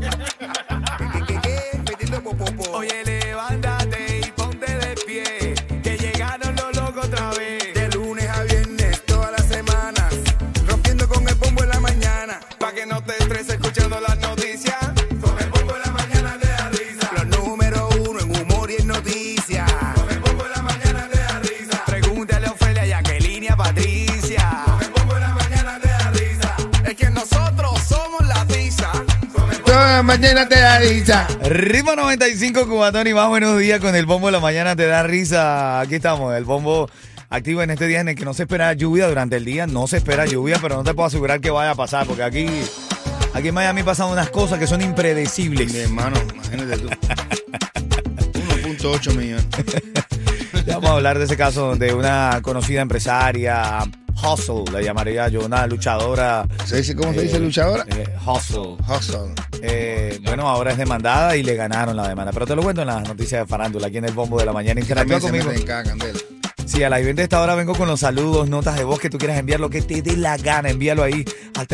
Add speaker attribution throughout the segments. Speaker 1: qué, qué? Metiendo popopó. Oye, levántate y ponte de pie. Que llegaron los locos otra vez.
Speaker 2: De lunes a viernes, todas las semanas, rompiendo con el bombo en la mañana.
Speaker 1: Pa' que no te estreses escuchando las noticias.
Speaker 2: Con el bombo en la mañana te da risa. Los número uno en humor y en noticias. Con el bombo en la mañana te da risa.
Speaker 1: Pregúntale a Ofelia y a Kelly y a Patricia.
Speaker 2: Con el bombo en la mañana te da risa.
Speaker 1: Es que nosotros somos la tiza.
Speaker 3: Toda mañana te da risa.
Speaker 4: Ritmo 95 Cubatón y más buenos días con el bombo de la mañana te da risa. Aquí estamos, el bombo activo en este día en el que no se espera lluvia durante el día, no se espera lluvia, pero no te puedo asegurar que vaya a pasar porque aquí aquí en Miami pasan unas cosas que son
Speaker 5: Mi
Speaker 4: impredecibles.
Speaker 5: hermano, imagínate tú. 1.8 millones.
Speaker 4: Ya vamos a hablar de ese caso de una conocida empresaria, Hustle, la llamaría yo, una luchadora.
Speaker 5: ¿Se dice, ¿Cómo se dice
Speaker 4: eh,
Speaker 5: luchadora?
Speaker 4: eh, hustle.
Speaker 5: Hustle.
Speaker 4: Eh, bueno, ahora es demandada y le ganaron la demanda. Pero te lo cuento en las noticias de Farándula, aquí en el Bombo de la Mañana. Interactúa
Speaker 5: También se
Speaker 4: conmigo.
Speaker 5: mete en cada candela.
Speaker 4: Sí, a la vivienda de esta hora vengo con los saludos, notas de voz que tú quieras enviar, lo que te dé la gana. Envíalo ahí al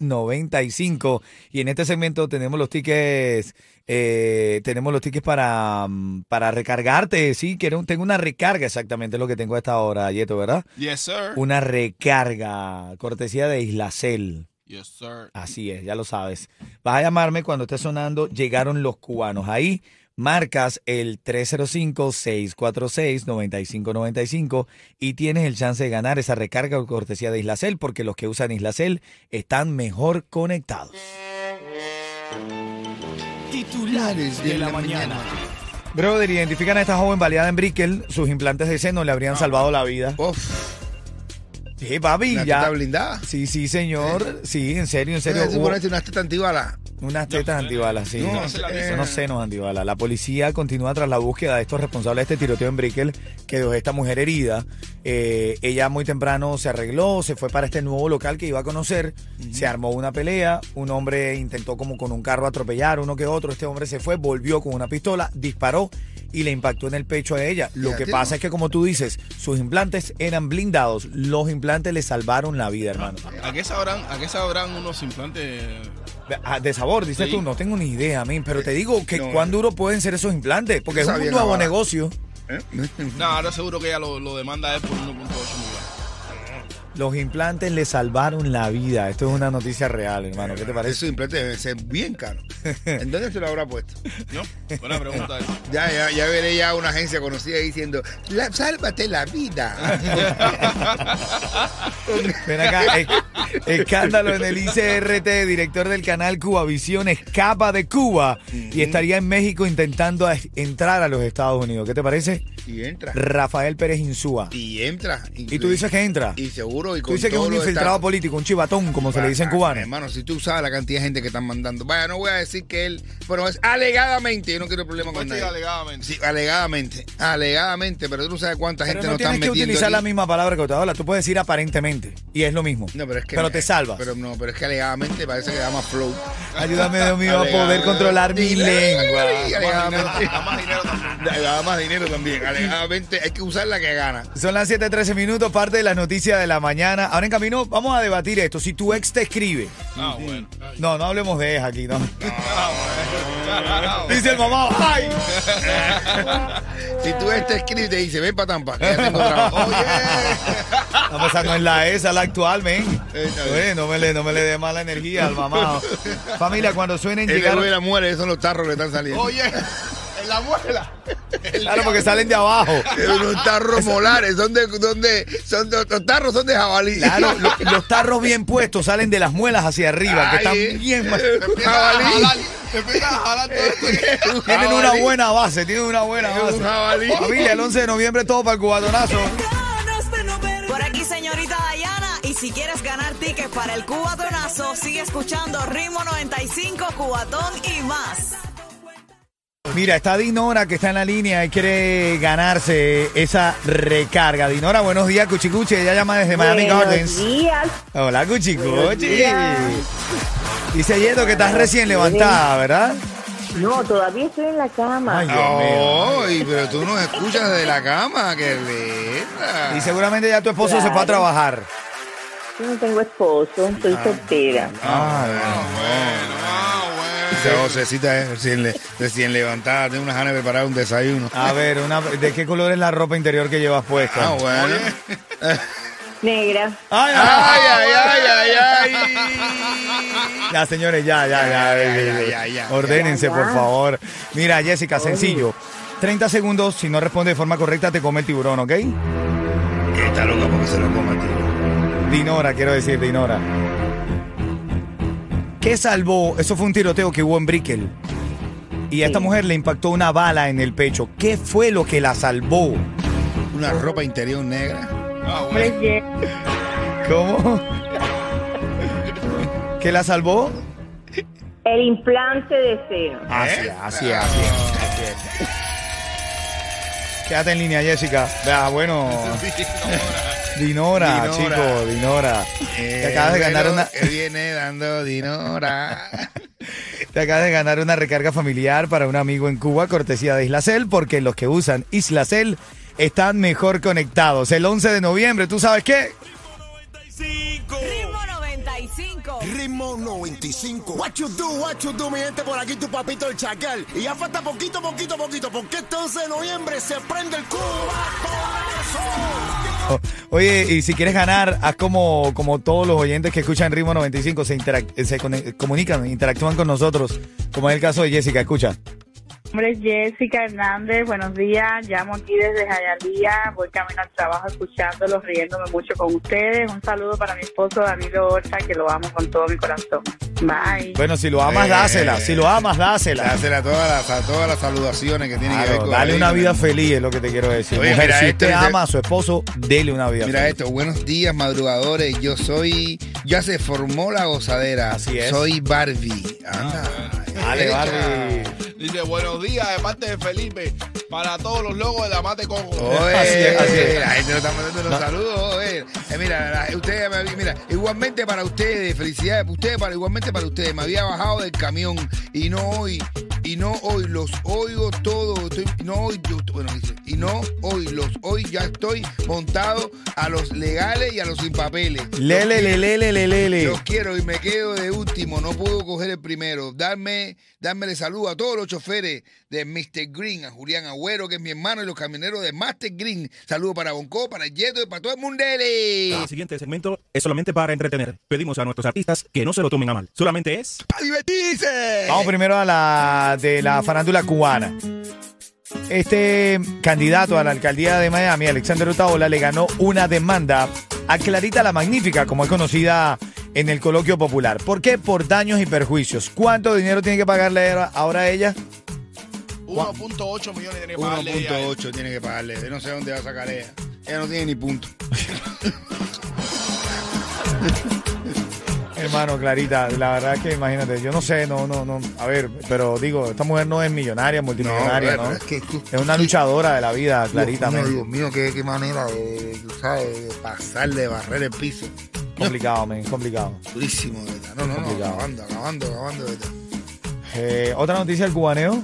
Speaker 4: 305-646-9595. Y en este segmento tenemos los tickets, eh, tenemos los tickets para, mm, para recargarte. Sí, quiero, tengo una recarga exactamente, es lo que tengo a esta hora, Yeto, ¿verdad?
Speaker 6: Yes, sir.
Speaker 4: Una recarga, cortesía de Islacel.
Speaker 6: Yes, sir.
Speaker 4: Así es, ya lo sabes. Vas a llamarme cuando esté sonando Llegaron los cubanos. Ahí marcas el 305-646-9595 y tienes el chance de ganar esa recarga o cortesía de Islacel porque los que usan Islacel están mejor conectados.
Speaker 5: Titulares de la mañana.
Speaker 4: Brother, identifican a esta joven baleada en Brickell. Sus implantes de seno le habrían salvado la vida.
Speaker 5: Uf,
Speaker 4: Sí, papi,
Speaker 5: la
Speaker 4: ya.
Speaker 5: teta blindada.
Speaker 4: Sí, sí, señor. Sí, en serio, en
Speaker 5: ¿Serio?
Speaker 4: serio.
Speaker 5: Tú
Speaker 4: Hubo-
Speaker 5: ponerte una teta antibala.
Speaker 4: Unas tetas antibalas, sí.
Speaker 5: No,
Speaker 4: No,
Speaker 5: se la
Speaker 4: eh,
Speaker 5: dice.
Speaker 4: Son unos senos antibalas. La policía continúa tras la búsqueda de estos responsables de este tiroteo en Brickell que dejó esta mujer herida. Eh, ella muy temprano se arregló, se fue para este nuevo local que iba a conocer, se armó una pelea, un hombre intentó como con un carro atropellar uno que otro, este hombre se fue, volvió con una pistola, disparó y le impactó en el pecho a ella. Lo
Speaker 5: Ya,
Speaker 4: que
Speaker 5: tío.
Speaker 4: pasa es que como tú dices, sus implantes eran blindados, los implantes le salvaron la vida, hermano.
Speaker 6: ¿A qué sabrán, a qué sabrán unos implantes?
Speaker 4: Ah, De sabor, dices
Speaker 6: Sí.
Speaker 4: tú, no tengo ni idea, men, pero te digo que
Speaker 5: Eh, no,
Speaker 4: cuán duros pueden ser esos implantes, porque es
Speaker 5: Yo
Speaker 4: un
Speaker 5: sabía
Speaker 4: nuevo
Speaker 5: nada.
Speaker 4: negocio.
Speaker 5: ¿Eh?
Speaker 6: No, ahora seguro que ella lo, lo demanda a él por 1.8 millones.
Speaker 4: Los implantes le salvaron la vida. Esto es una noticia real, hermano. ¿Qué te parece?
Speaker 5: Eso implante debe ser bien caro. ¿En dónde se lo habrá puesto?
Speaker 6: ¿No? Buena pregunta. ¿eh? esa.
Speaker 5: Ya, ya, ya veré ya una agencia conocida diciendo, "La- sálvate la vida.
Speaker 4: Ven acá, es- escándalo en el ICRT, director del canal Cubavisión escapa de Cuba y estaría en México intentando a- entrar a los Estados Unidos. ¿Qué te parece?
Speaker 5: y entra.
Speaker 6: Pues
Speaker 4: Rafael Pérez Insúa.
Speaker 5: Y entra.
Speaker 4: Y tú dices que entra.
Speaker 5: Y seguro. Y
Speaker 4: Tú dices que es un infiltrado político, un chivatón, como se le dice en cubano.
Speaker 5: Hermano, si tú sabes la cantidad de gente que están mandando. Vaya, no voy a decir que él. Pero es alegadamente. Yo no quiero problema
Speaker 6: ¿Cómo
Speaker 5: con
Speaker 6: estoy
Speaker 5: nadie.
Speaker 6: alegadamente?
Speaker 5: Pues Sí, alegadamente. Alegadamente. Pero tú no sabes cuánta
Speaker 4: Pero
Speaker 5: gente
Speaker 4: no,
Speaker 5: nos
Speaker 4: tienes
Speaker 5: están
Speaker 4: que
Speaker 5: metiendo.
Speaker 4: utilizar la
Speaker 5: aquí.
Speaker 4: misma palabra que te habla. Tú puedes decir aparentemente. Y es lo mismo.
Speaker 5: No, pero es que. eh,
Speaker 4: Pero te salvas.
Speaker 5: Pero no, pero es que alegadamente parece que da más flow.
Speaker 4: Ayúdame, Dios mío, a poder
Speaker 5: Alegadamente.
Speaker 4: controlar mi lengua.
Speaker 5: Ay, Alegadamente.
Speaker 6: Da más dinero también.
Speaker 5: Da más dinero también. Alegadamente hay que usar la que gana.
Speaker 4: Son las 7:13 minutos, parte de las noticias de la mañana. Ahora en camino, vamos a debatir esto. Si tu ex te escribe.
Speaker 6: Ah, bueno.
Speaker 4: No, no hablemos de ex aquí, no.
Speaker 6: Ah, bueno.
Speaker 4: Dice el mamá, ¡ay!
Speaker 5: Si tú este escrito y te dice, ven para Tampa, que ya tengo trabajo. Oh, Oye.
Speaker 4: Estamos pensando en la esa, la actual, men.
Speaker 5: Eh, está
Speaker 4: Oye, no me le, no me le dé mala energía al mamá. Familia, cuando suenen
Speaker 5: El
Speaker 4: llegar.
Speaker 5: héroe de la muerte, esos son los tarros que están saliendo.
Speaker 6: Oye, en la muela.
Speaker 4: Claro, porque salen de abajo.
Speaker 5: Son
Speaker 4: ah,
Speaker 5: unos tarros molares, son de, son de, son de- los tarros son de jabalí.
Speaker 4: Claro, lo- los tarros bien puestos salen de las muelas hacia arriba, que
Speaker 5: Ay,
Speaker 4: están
Speaker 5: eh.
Speaker 4: bien. ma-
Speaker 5: Jabalí.
Speaker 6: Te empiezas a jalar todo esto.
Speaker 4: Tienen una buena base, tienen una buena
Speaker 5: Es un
Speaker 4: base.
Speaker 5: jabalí.
Speaker 4: Familia, el 11 de noviembre todo para el cubatonazo.
Speaker 7: Por aquí, señorita Dayana. Y si quieres ganar tickets para el Cubatonazo, sigue escuchando Ritmo 95, Cubatón y más.
Speaker 4: Mira, está Dinora que está en la línea y quiere ganarse esa recarga. Dinora, buenos días, Cuchicuchi. Ella llama desde Miami
Speaker 8: Buenos
Speaker 4: Gardens.
Speaker 8: días.
Speaker 4: Hola,
Speaker 8: Buenos
Speaker 4: Cuchicuchi.
Speaker 8: días.
Speaker 4: Dice Yeto que estás recién levantada, ¿verdad?
Speaker 8: No, todavía estoy en la cama.
Speaker 4: Ay, Dios mío.
Speaker 5: Ay, Oh, pero tú nos escuchas desde la cama, qué linda.
Speaker 4: Y seguramente ya tu esposo se fue a
Speaker 8: Claro.
Speaker 4: trabajar.
Speaker 8: Yo no tengo esposo, estoy soltera.
Speaker 5: Ah, bueno. Esa vocecita es "Oh, eh, recién, le- recién levantada, tiene unas ganas de preparar un desayuno.
Speaker 4: A ver, una, ¿de qué color es la ropa interior que llevas puesta?
Speaker 5: Ah, bueno.
Speaker 8: Negra.
Speaker 4: Ay,
Speaker 5: Ay,
Speaker 4: ay,
Speaker 5: ay, ay, ay,
Speaker 4: ay. Ya, señores, ya, ya, ya.
Speaker 5: Ya, ya,
Speaker 4: eh,
Speaker 5: ya,
Speaker 4: eh,
Speaker 5: ya, ya, Oh. ya.
Speaker 4: Ordénense,
Speaker 8: Ya, ya.
Speaker 4: por favor. Mira, Jessica, sencillo. 30 segundos, si no responde de forma correcta, te come el tiburón, ¿ok?
Speaker 5: ay. Está loca porque se lo coma, tío.
Speaker 4: Dinora, quiero decir, Dinora. ¿Qué salvó? Eso fue un tiroteo que hubo en Brickell. Y a esta mujer le impactó una bala en el pecho. ¿Qué fue lo que la salvó?
Speaker 5: Una ropa interior negra.
Speaker 8: Hombre,
Speaker 4: ¿Cómo? ¿Qué la salvó?
Speaker 8: El implante de seno.
Speaker 5: ¿Eh?
Speaker 4: Así, así, así, Quédate en línea, Jessica. Ah, bueno. Dinora,
Speaker 5: Dinora.
Speaker 4: chico, Dinora. Te acabas de
Speaker 5: Eh,
Speaker 4: ganar
Speaker 5: pero
Speaker 4: una,
Speaker 5: Que viene dando dinora.
Speaker 4: te acabas de ganar una recarga familiar para un amigo en Cuba, cortesía de Islacel, porque los que usan Islacel están mejor conectados. El 11 de noviembre, ¿tú sabes qué?
Speaker 7: Ritmo 95.
Speaker 2: Ritmo 95. What you do, what you do, mi gente, por aquí tu papito el chacal. Y ya falta poquito, poquito, poquito, porque este 11 de noviembre se prende el cuba.
Speaker 4: O- Oye, y si quieres ganar, haz como, como todos los oyentes que escuchan Ritmo 95, se, interac- eh, se cone- comunican, interactúan con nosotros, como es el caso de Jessica, escucha.
Speaker 9: nombre es Jessica Hernández, buenos días. Llamo aquí desde Jayalía, voy camino al trabajo escuchándolos, riéndome mucho con ustedes. Un saludo para mi esposo Danilo Orta, que lo amo con todo mi corazón. Bye.
Speaker 4: Bueno, si lo amas,
Speaker 5: Eh.
Speaker 4: dásela. Si lo amas, dásela.
Speaker 5: Dásela a todas las, a todas las saludaciones que tienen que ver
Speaker 4: Claro,
Speaker 5: con
Speaker 4: dale
Speaker 5: la
Speaker 4: una vida
Speaker 5: ¿no?
Speaker 4: feliz, es lo que te quiero decir.
Speaker 5: Oye,
Speaker 4: Mujer,
Speaker 5: mira
Speaker 4: si
Speaker 5: esto,
Speaker 4: usted
Speaker 5: dice-
Speaker 4: ama a su esposo, dele una vida
Speaker 5: Mira
Speaker 4: feliz.
Speaker 5: esto, buenos días madrugadores, yo soy, ya se formó la gozadera,
Speaker 4: Así es.
Speaker 5: soy Barbie. Anda.
Speaker 4: Dale,
Speaker 5: echa.
Speaker 4: Barbie.
Speaker 6: Dice, buenos días de parte de Felipe para todos los logos de la mate coco.
Speaker 5: Oye,
Speaker 4: Así es, así es.
Speaker 5: la gente lo está mandando los saludos. oye. Eh, mira, la- ustedes, me habían- mira, igualmente para ustedes, felicidades para ustedes, para igualmente para ustedes. Me había bajado del camión y no hoy, y no hoy, los oigo todos. Estoy, no hoy, yo- bueno, dice, y no hoy, los hoy ya estoy montado a los legales y a los sin papeles.
Speaker 4: Lele, lele, lele, lele.
Speaker 5: Los quiero y me quedo de último, no puedo coger el primero. Darme, darme saludo a todos los choferes de Mr. Green, a Julián Agüero, que es mi hermano, y los camioneros de Master Green. Saludo para Bonco, para Yeto y para todo el mundele.
Speaker 10: El siguiente segmento es solamente para entretener. Pedimos a nuestros artistas que no se lo tomen a mal. Solamente es...
Speaker 5: ¡Para divertirse!
Speaker 4: Vamos primero a la de la farándula cubana. Este candidato a la alcaldía de Miami, Alexander Otaola, le ganó una demanda a Clarita la Magnífica, como es conocida en el coloquio popular. ¿Por qué? Por daños y perjuicios. ¿Cuánto dinero tiene que pagarle ahora a ella?
Speaker 6: 1.8 millones de ¿eh?
Speaker 5: 1.8 tiene que pagarle. Yo no sé dónde va a sacar ella. Ella no tiene ni punto.
Speaker 4: Hermano, Clarita, la verdad que imagínate, yo no sé, no, no, no. A ver, pero digo, esta mujer no es millonaria, multimillonaria, ¿no?
Speaker 5: pero
Speaker 4: Es,
Speaker 5: es que tú-
Speaker 4: una luchadora de la vida, Clarita.
Speaker 5: Dios,
Speaker 4: men.
Speaker 5: mío, Dios mío, qué, qué manera de, de- tú sabes, de pasar, de barrer el piso.
Speaker 4: Complicado, men, complicado.
Speaker 5: Durísimo, de verdad. No, no, no,
Speaker 4: Complicado.
Speaker 5: acabando, acabando, acabando, de verdad.
Speaker 4: Eh, ¿Otra noticia del cubaneo?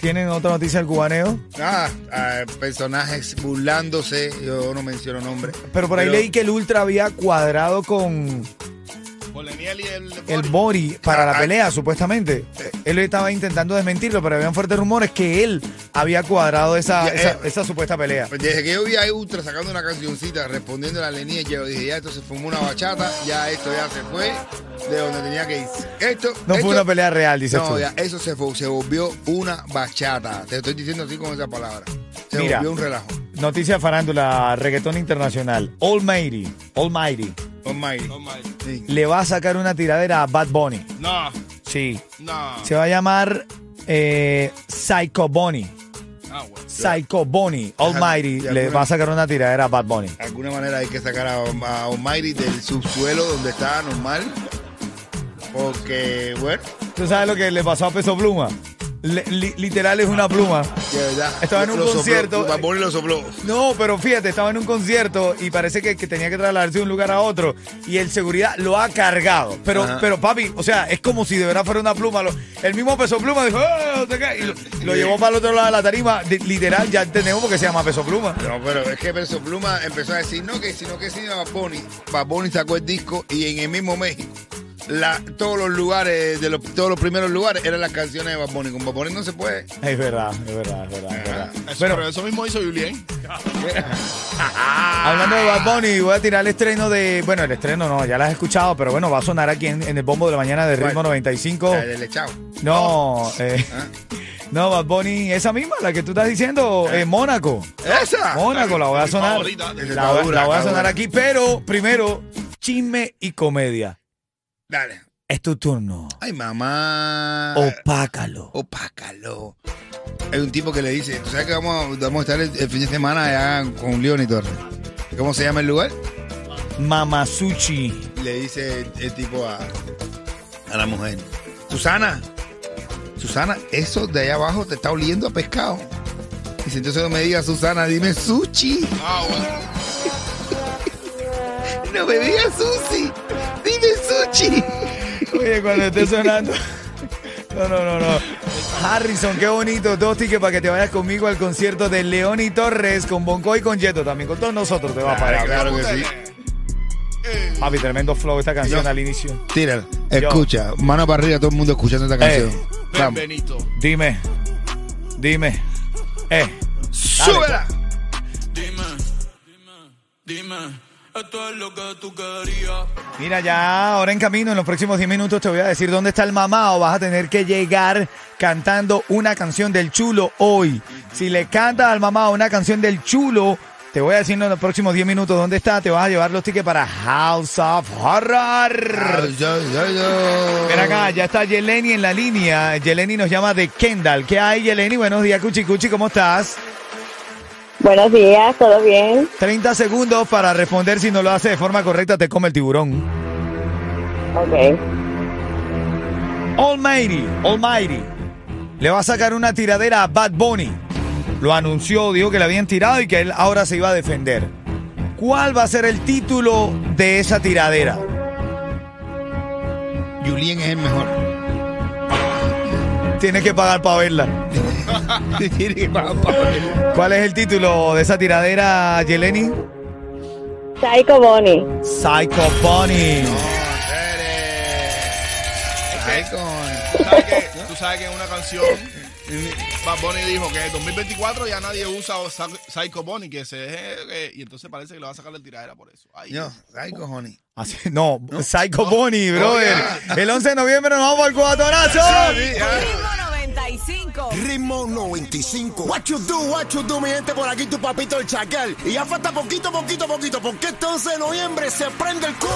Speaker 4: ¿Tienen otra noticia del cubaneo?
Speaker 5: Nada, ah, personajes burlándose, yo no menciono nombres.
Speaker 4: Pero por ahí leí que el Ultra había cuadrado con
Speaker 6: Con Leniel y el,
Speaker 4: el Bori para la
Speaker 5: Ah,
Speaker 4: pelea, supuestamente. Él estaba intentando desmentirlo, pero habían fuertes rumores que él había cuadrado esa,
Speaker 5: Ya,
Speaker 4: esa,
Speaker 5: eh,
Speaker 4: esa supuesta pelea.
Speaker 5: Pues Desde que yo vi a Ultra sacando una cancioncita, respondiendo a la lenía, yo dije, ya esto se fumó una bachata, ya esto ya se fue de donde tenía que ir. Esto,
Speaker 4: No
Speaker 5: esto-
Speaker 4: fue una pelea real, dices
Speaker 5: No,
Speaker 4: tú.
Speaker 5: ya, eso se, fue- se volvió una bachata. Te estoy diciendo así con esa palabra. Se
Speaker 4: Mira.
Speaker 5: volvió un relajo.
Speaker 4: Noticia farándula, reggaetón internacional. Almighty, Almighty,
Speaker 5: Almighty. Sí.
Speaker 4: le va a sacar una tiradera a Bad Bunny.
Speaker 6: No,
Speaker 4: Sí.
Speaker 6: no.
Speaker 4: Se va a llamar eh, Psycho Bunny.
Speaker 6: Ah, bueno.
Speaker 4: Psycho Bunny, Almighty,
Speaker 5: de
Speaker 4: le
Speaker 5: alguna-
Speaker 4: va a sacar una tiradera a Bad Bunny.
Speaker 5: De alguna manera hay que sacar a, a Almighty del subsuelo donde está normal. Porque, bueno,
Speaker 4: ¿Tú sabes lo que le pasó a Peso Pluma? Le- li- literal es una pluma.
Speaker 5: De verdad.
Speaker 4: Estaba en un
Speaker 5: Lo sopló,
Speaker 4: concierto.
Speaker 5: Bad Bunny lo sopló.
Speaker 4: No, pero fíjate, estaba en un concierto y parece que, que tenía que trasladarse de un lugar a otro y el seguridad lo ha cargado. Pero,
Speaker 5: Ajá.
Speaker 4: pero papi, o sea, es como si de verdad fuera una pluma. Lo- el mismo peso pluma dijo, "Eh, no sé qué", y lo, lo llevó para el otro lado de la tarima. De- literal, ya entendemos porque se llama peso pluma.
Speaker 5: No, pero es que Peso Pluma empezó a decir no, que sino que sí, Bad Bunny. Bad Bunny sacó el disco y en el mismo México, la- todos los lugares, de los, todos los primeros lugares eran las canciones de Bad Bunny. Con Bad Bunny no se puede.
Speaker 4: Es verdad, es verdad, es verdad. Es verdad.
Speaker 6: Eso-
Speaker 4: Bueno,
Speaker 6: pero eso mismo hizo Julien.
Speaker 4: Hablando de Bad Bunny, voy a tirar el estreno de. Bueno, el estreno no, ya lo has escuchado, pero bueno, va a sonar aquí en, en el bombo de la mañana de Ritmo
Speaker 5: ¿Cuál?
Speaker 4: 95.
Speaker 5: La del Echao.
Speaker 4: No, eh, no, Bad Bunny, esa misma, la que tú estás diciendo, eh, Mónaco.
Speaker 5: ¡Esa!
Speaker 4: Mónaco, la voy a sonar.
Speaker 6: favorita.
Speaker 4: La, voy- la voy a sonar aquí, pero primero, chisme y comedia.
Speaker 5: Dale.
Speaker 4: Es tu turno.
Speaker 5: Ay, mamá.
Speaker 4: Oh. Opácalo.
Speaker 5: Opácalo. Hay un tipo que le dice, ¿tú sabes que vamos a, vamos a estar el, el fin de semana allá con León y Torres? ¿Cómo se llama el lugar?
Speaker 4: Mamazuchi.
Speaker 5: le dice el, el tipo a, a la mujer, Susana, Susana, eso de allá abajo te está oliendo a pescado. Dice, entonces no me digas Susana, dime sushi.
Speaker 6: Ah, bueno.
Speaker 5: No me digas sushi, dime sushi.
Speaker 4: Oye, cuando esté sonando. No, no, no, no. Harrison, qué bonito. Dos tickets para que te vayas conmigo al concierto de León y Torres con Bonco y con Yeto también. Con todos nosotros te va a parar.
Speaker 5: claro que sí.
Speaker 4: Papi, tremendo flow esta canción
Speaker 5: Yo-
Speaker 4: al inicio.
Speaker 5: Tírala, escucha, mano para arriba, todo el mundo escuchando esta
Speaker 4: Eh.
Speaker 5: canción.
Speaker 6: Ven,
Speaker 5: Vamos.
Speaker 6: Benito.
Speaker 4: Dime, dime. Eh, pues.
Speaker 5: ¡Súbela!
Speaker 1: Dime, dime, dime, esto es lo que tú querías.
Speaker 4: mira, ya ahora en camino, en los próximos 10 minutos te voy a decir dónde está el mamá o vas a tener que llegar cantando una canción del chulo hoy. Si le cantas al mamá una canción del chulo, te voy a decir en los próximos 10 minutos dónde está, te vas a llevar los tickets para House of Horror.
Speaker 5: Ay, ay, ay, ay.
Speaker 4: Mira acá, ya está Yeleni en la línea. Yeleni nos llama de Kendall. ¿Qué hay, Yeleni? Buenos días, Cuchi Cuchi, ¿cómo estás?
Speaker 8: Buenos días, ¿todo bien?
Speaker 4: 30 segundos para responder. Si no lo hace de forma correcta, te come el tiburón.
Speaker 8: Ok.
Speaker 4: Almighty, Almighty. Le va a sacar una tiradera a Bad Bunny. Lo anunció, dijo que le habían tirado y que él ahora se iba a defender. ¿Cuál va a ser el título de esa tiradera?
Speaker 5: Julien es el mejor.
Speaker 4: Tienes que pagar para verla.
Speaker 5: Tiene que pagar para verla.
Speaker 4: ¿Cuál es el título de esa tiradera, Yeleni?
Speaker 8: Psycho Bonnie.
Speaker 4: Psycho Bunny.
Speaker 5: Ay, con-
Speaker 6: ¿Tú sabes que- Tú sabes que en una canción Bad Bunny dijo que en 2024 ya nadie usa o sa- Psycho Bunny, que se deje, eh, y entonces parece que le va a sacar la tiradera por eso. Ay,
Speaker 5: No, ay, cojones.
Speaker 4: Así- no, Psycho Bunny, brother.
Speaker 5: Oh,
Speaker 4: El 11 de noviembre nos vamos al cuatonazo.
Speaker 7: Ritmo 95.
Speaker 2: Ritmo 95. What you do, what you do, mi gente, por aquí tu papito el chacal. Y ya falta poquito, poquito, poquito, porque entonces de noviembre se prende el cuba.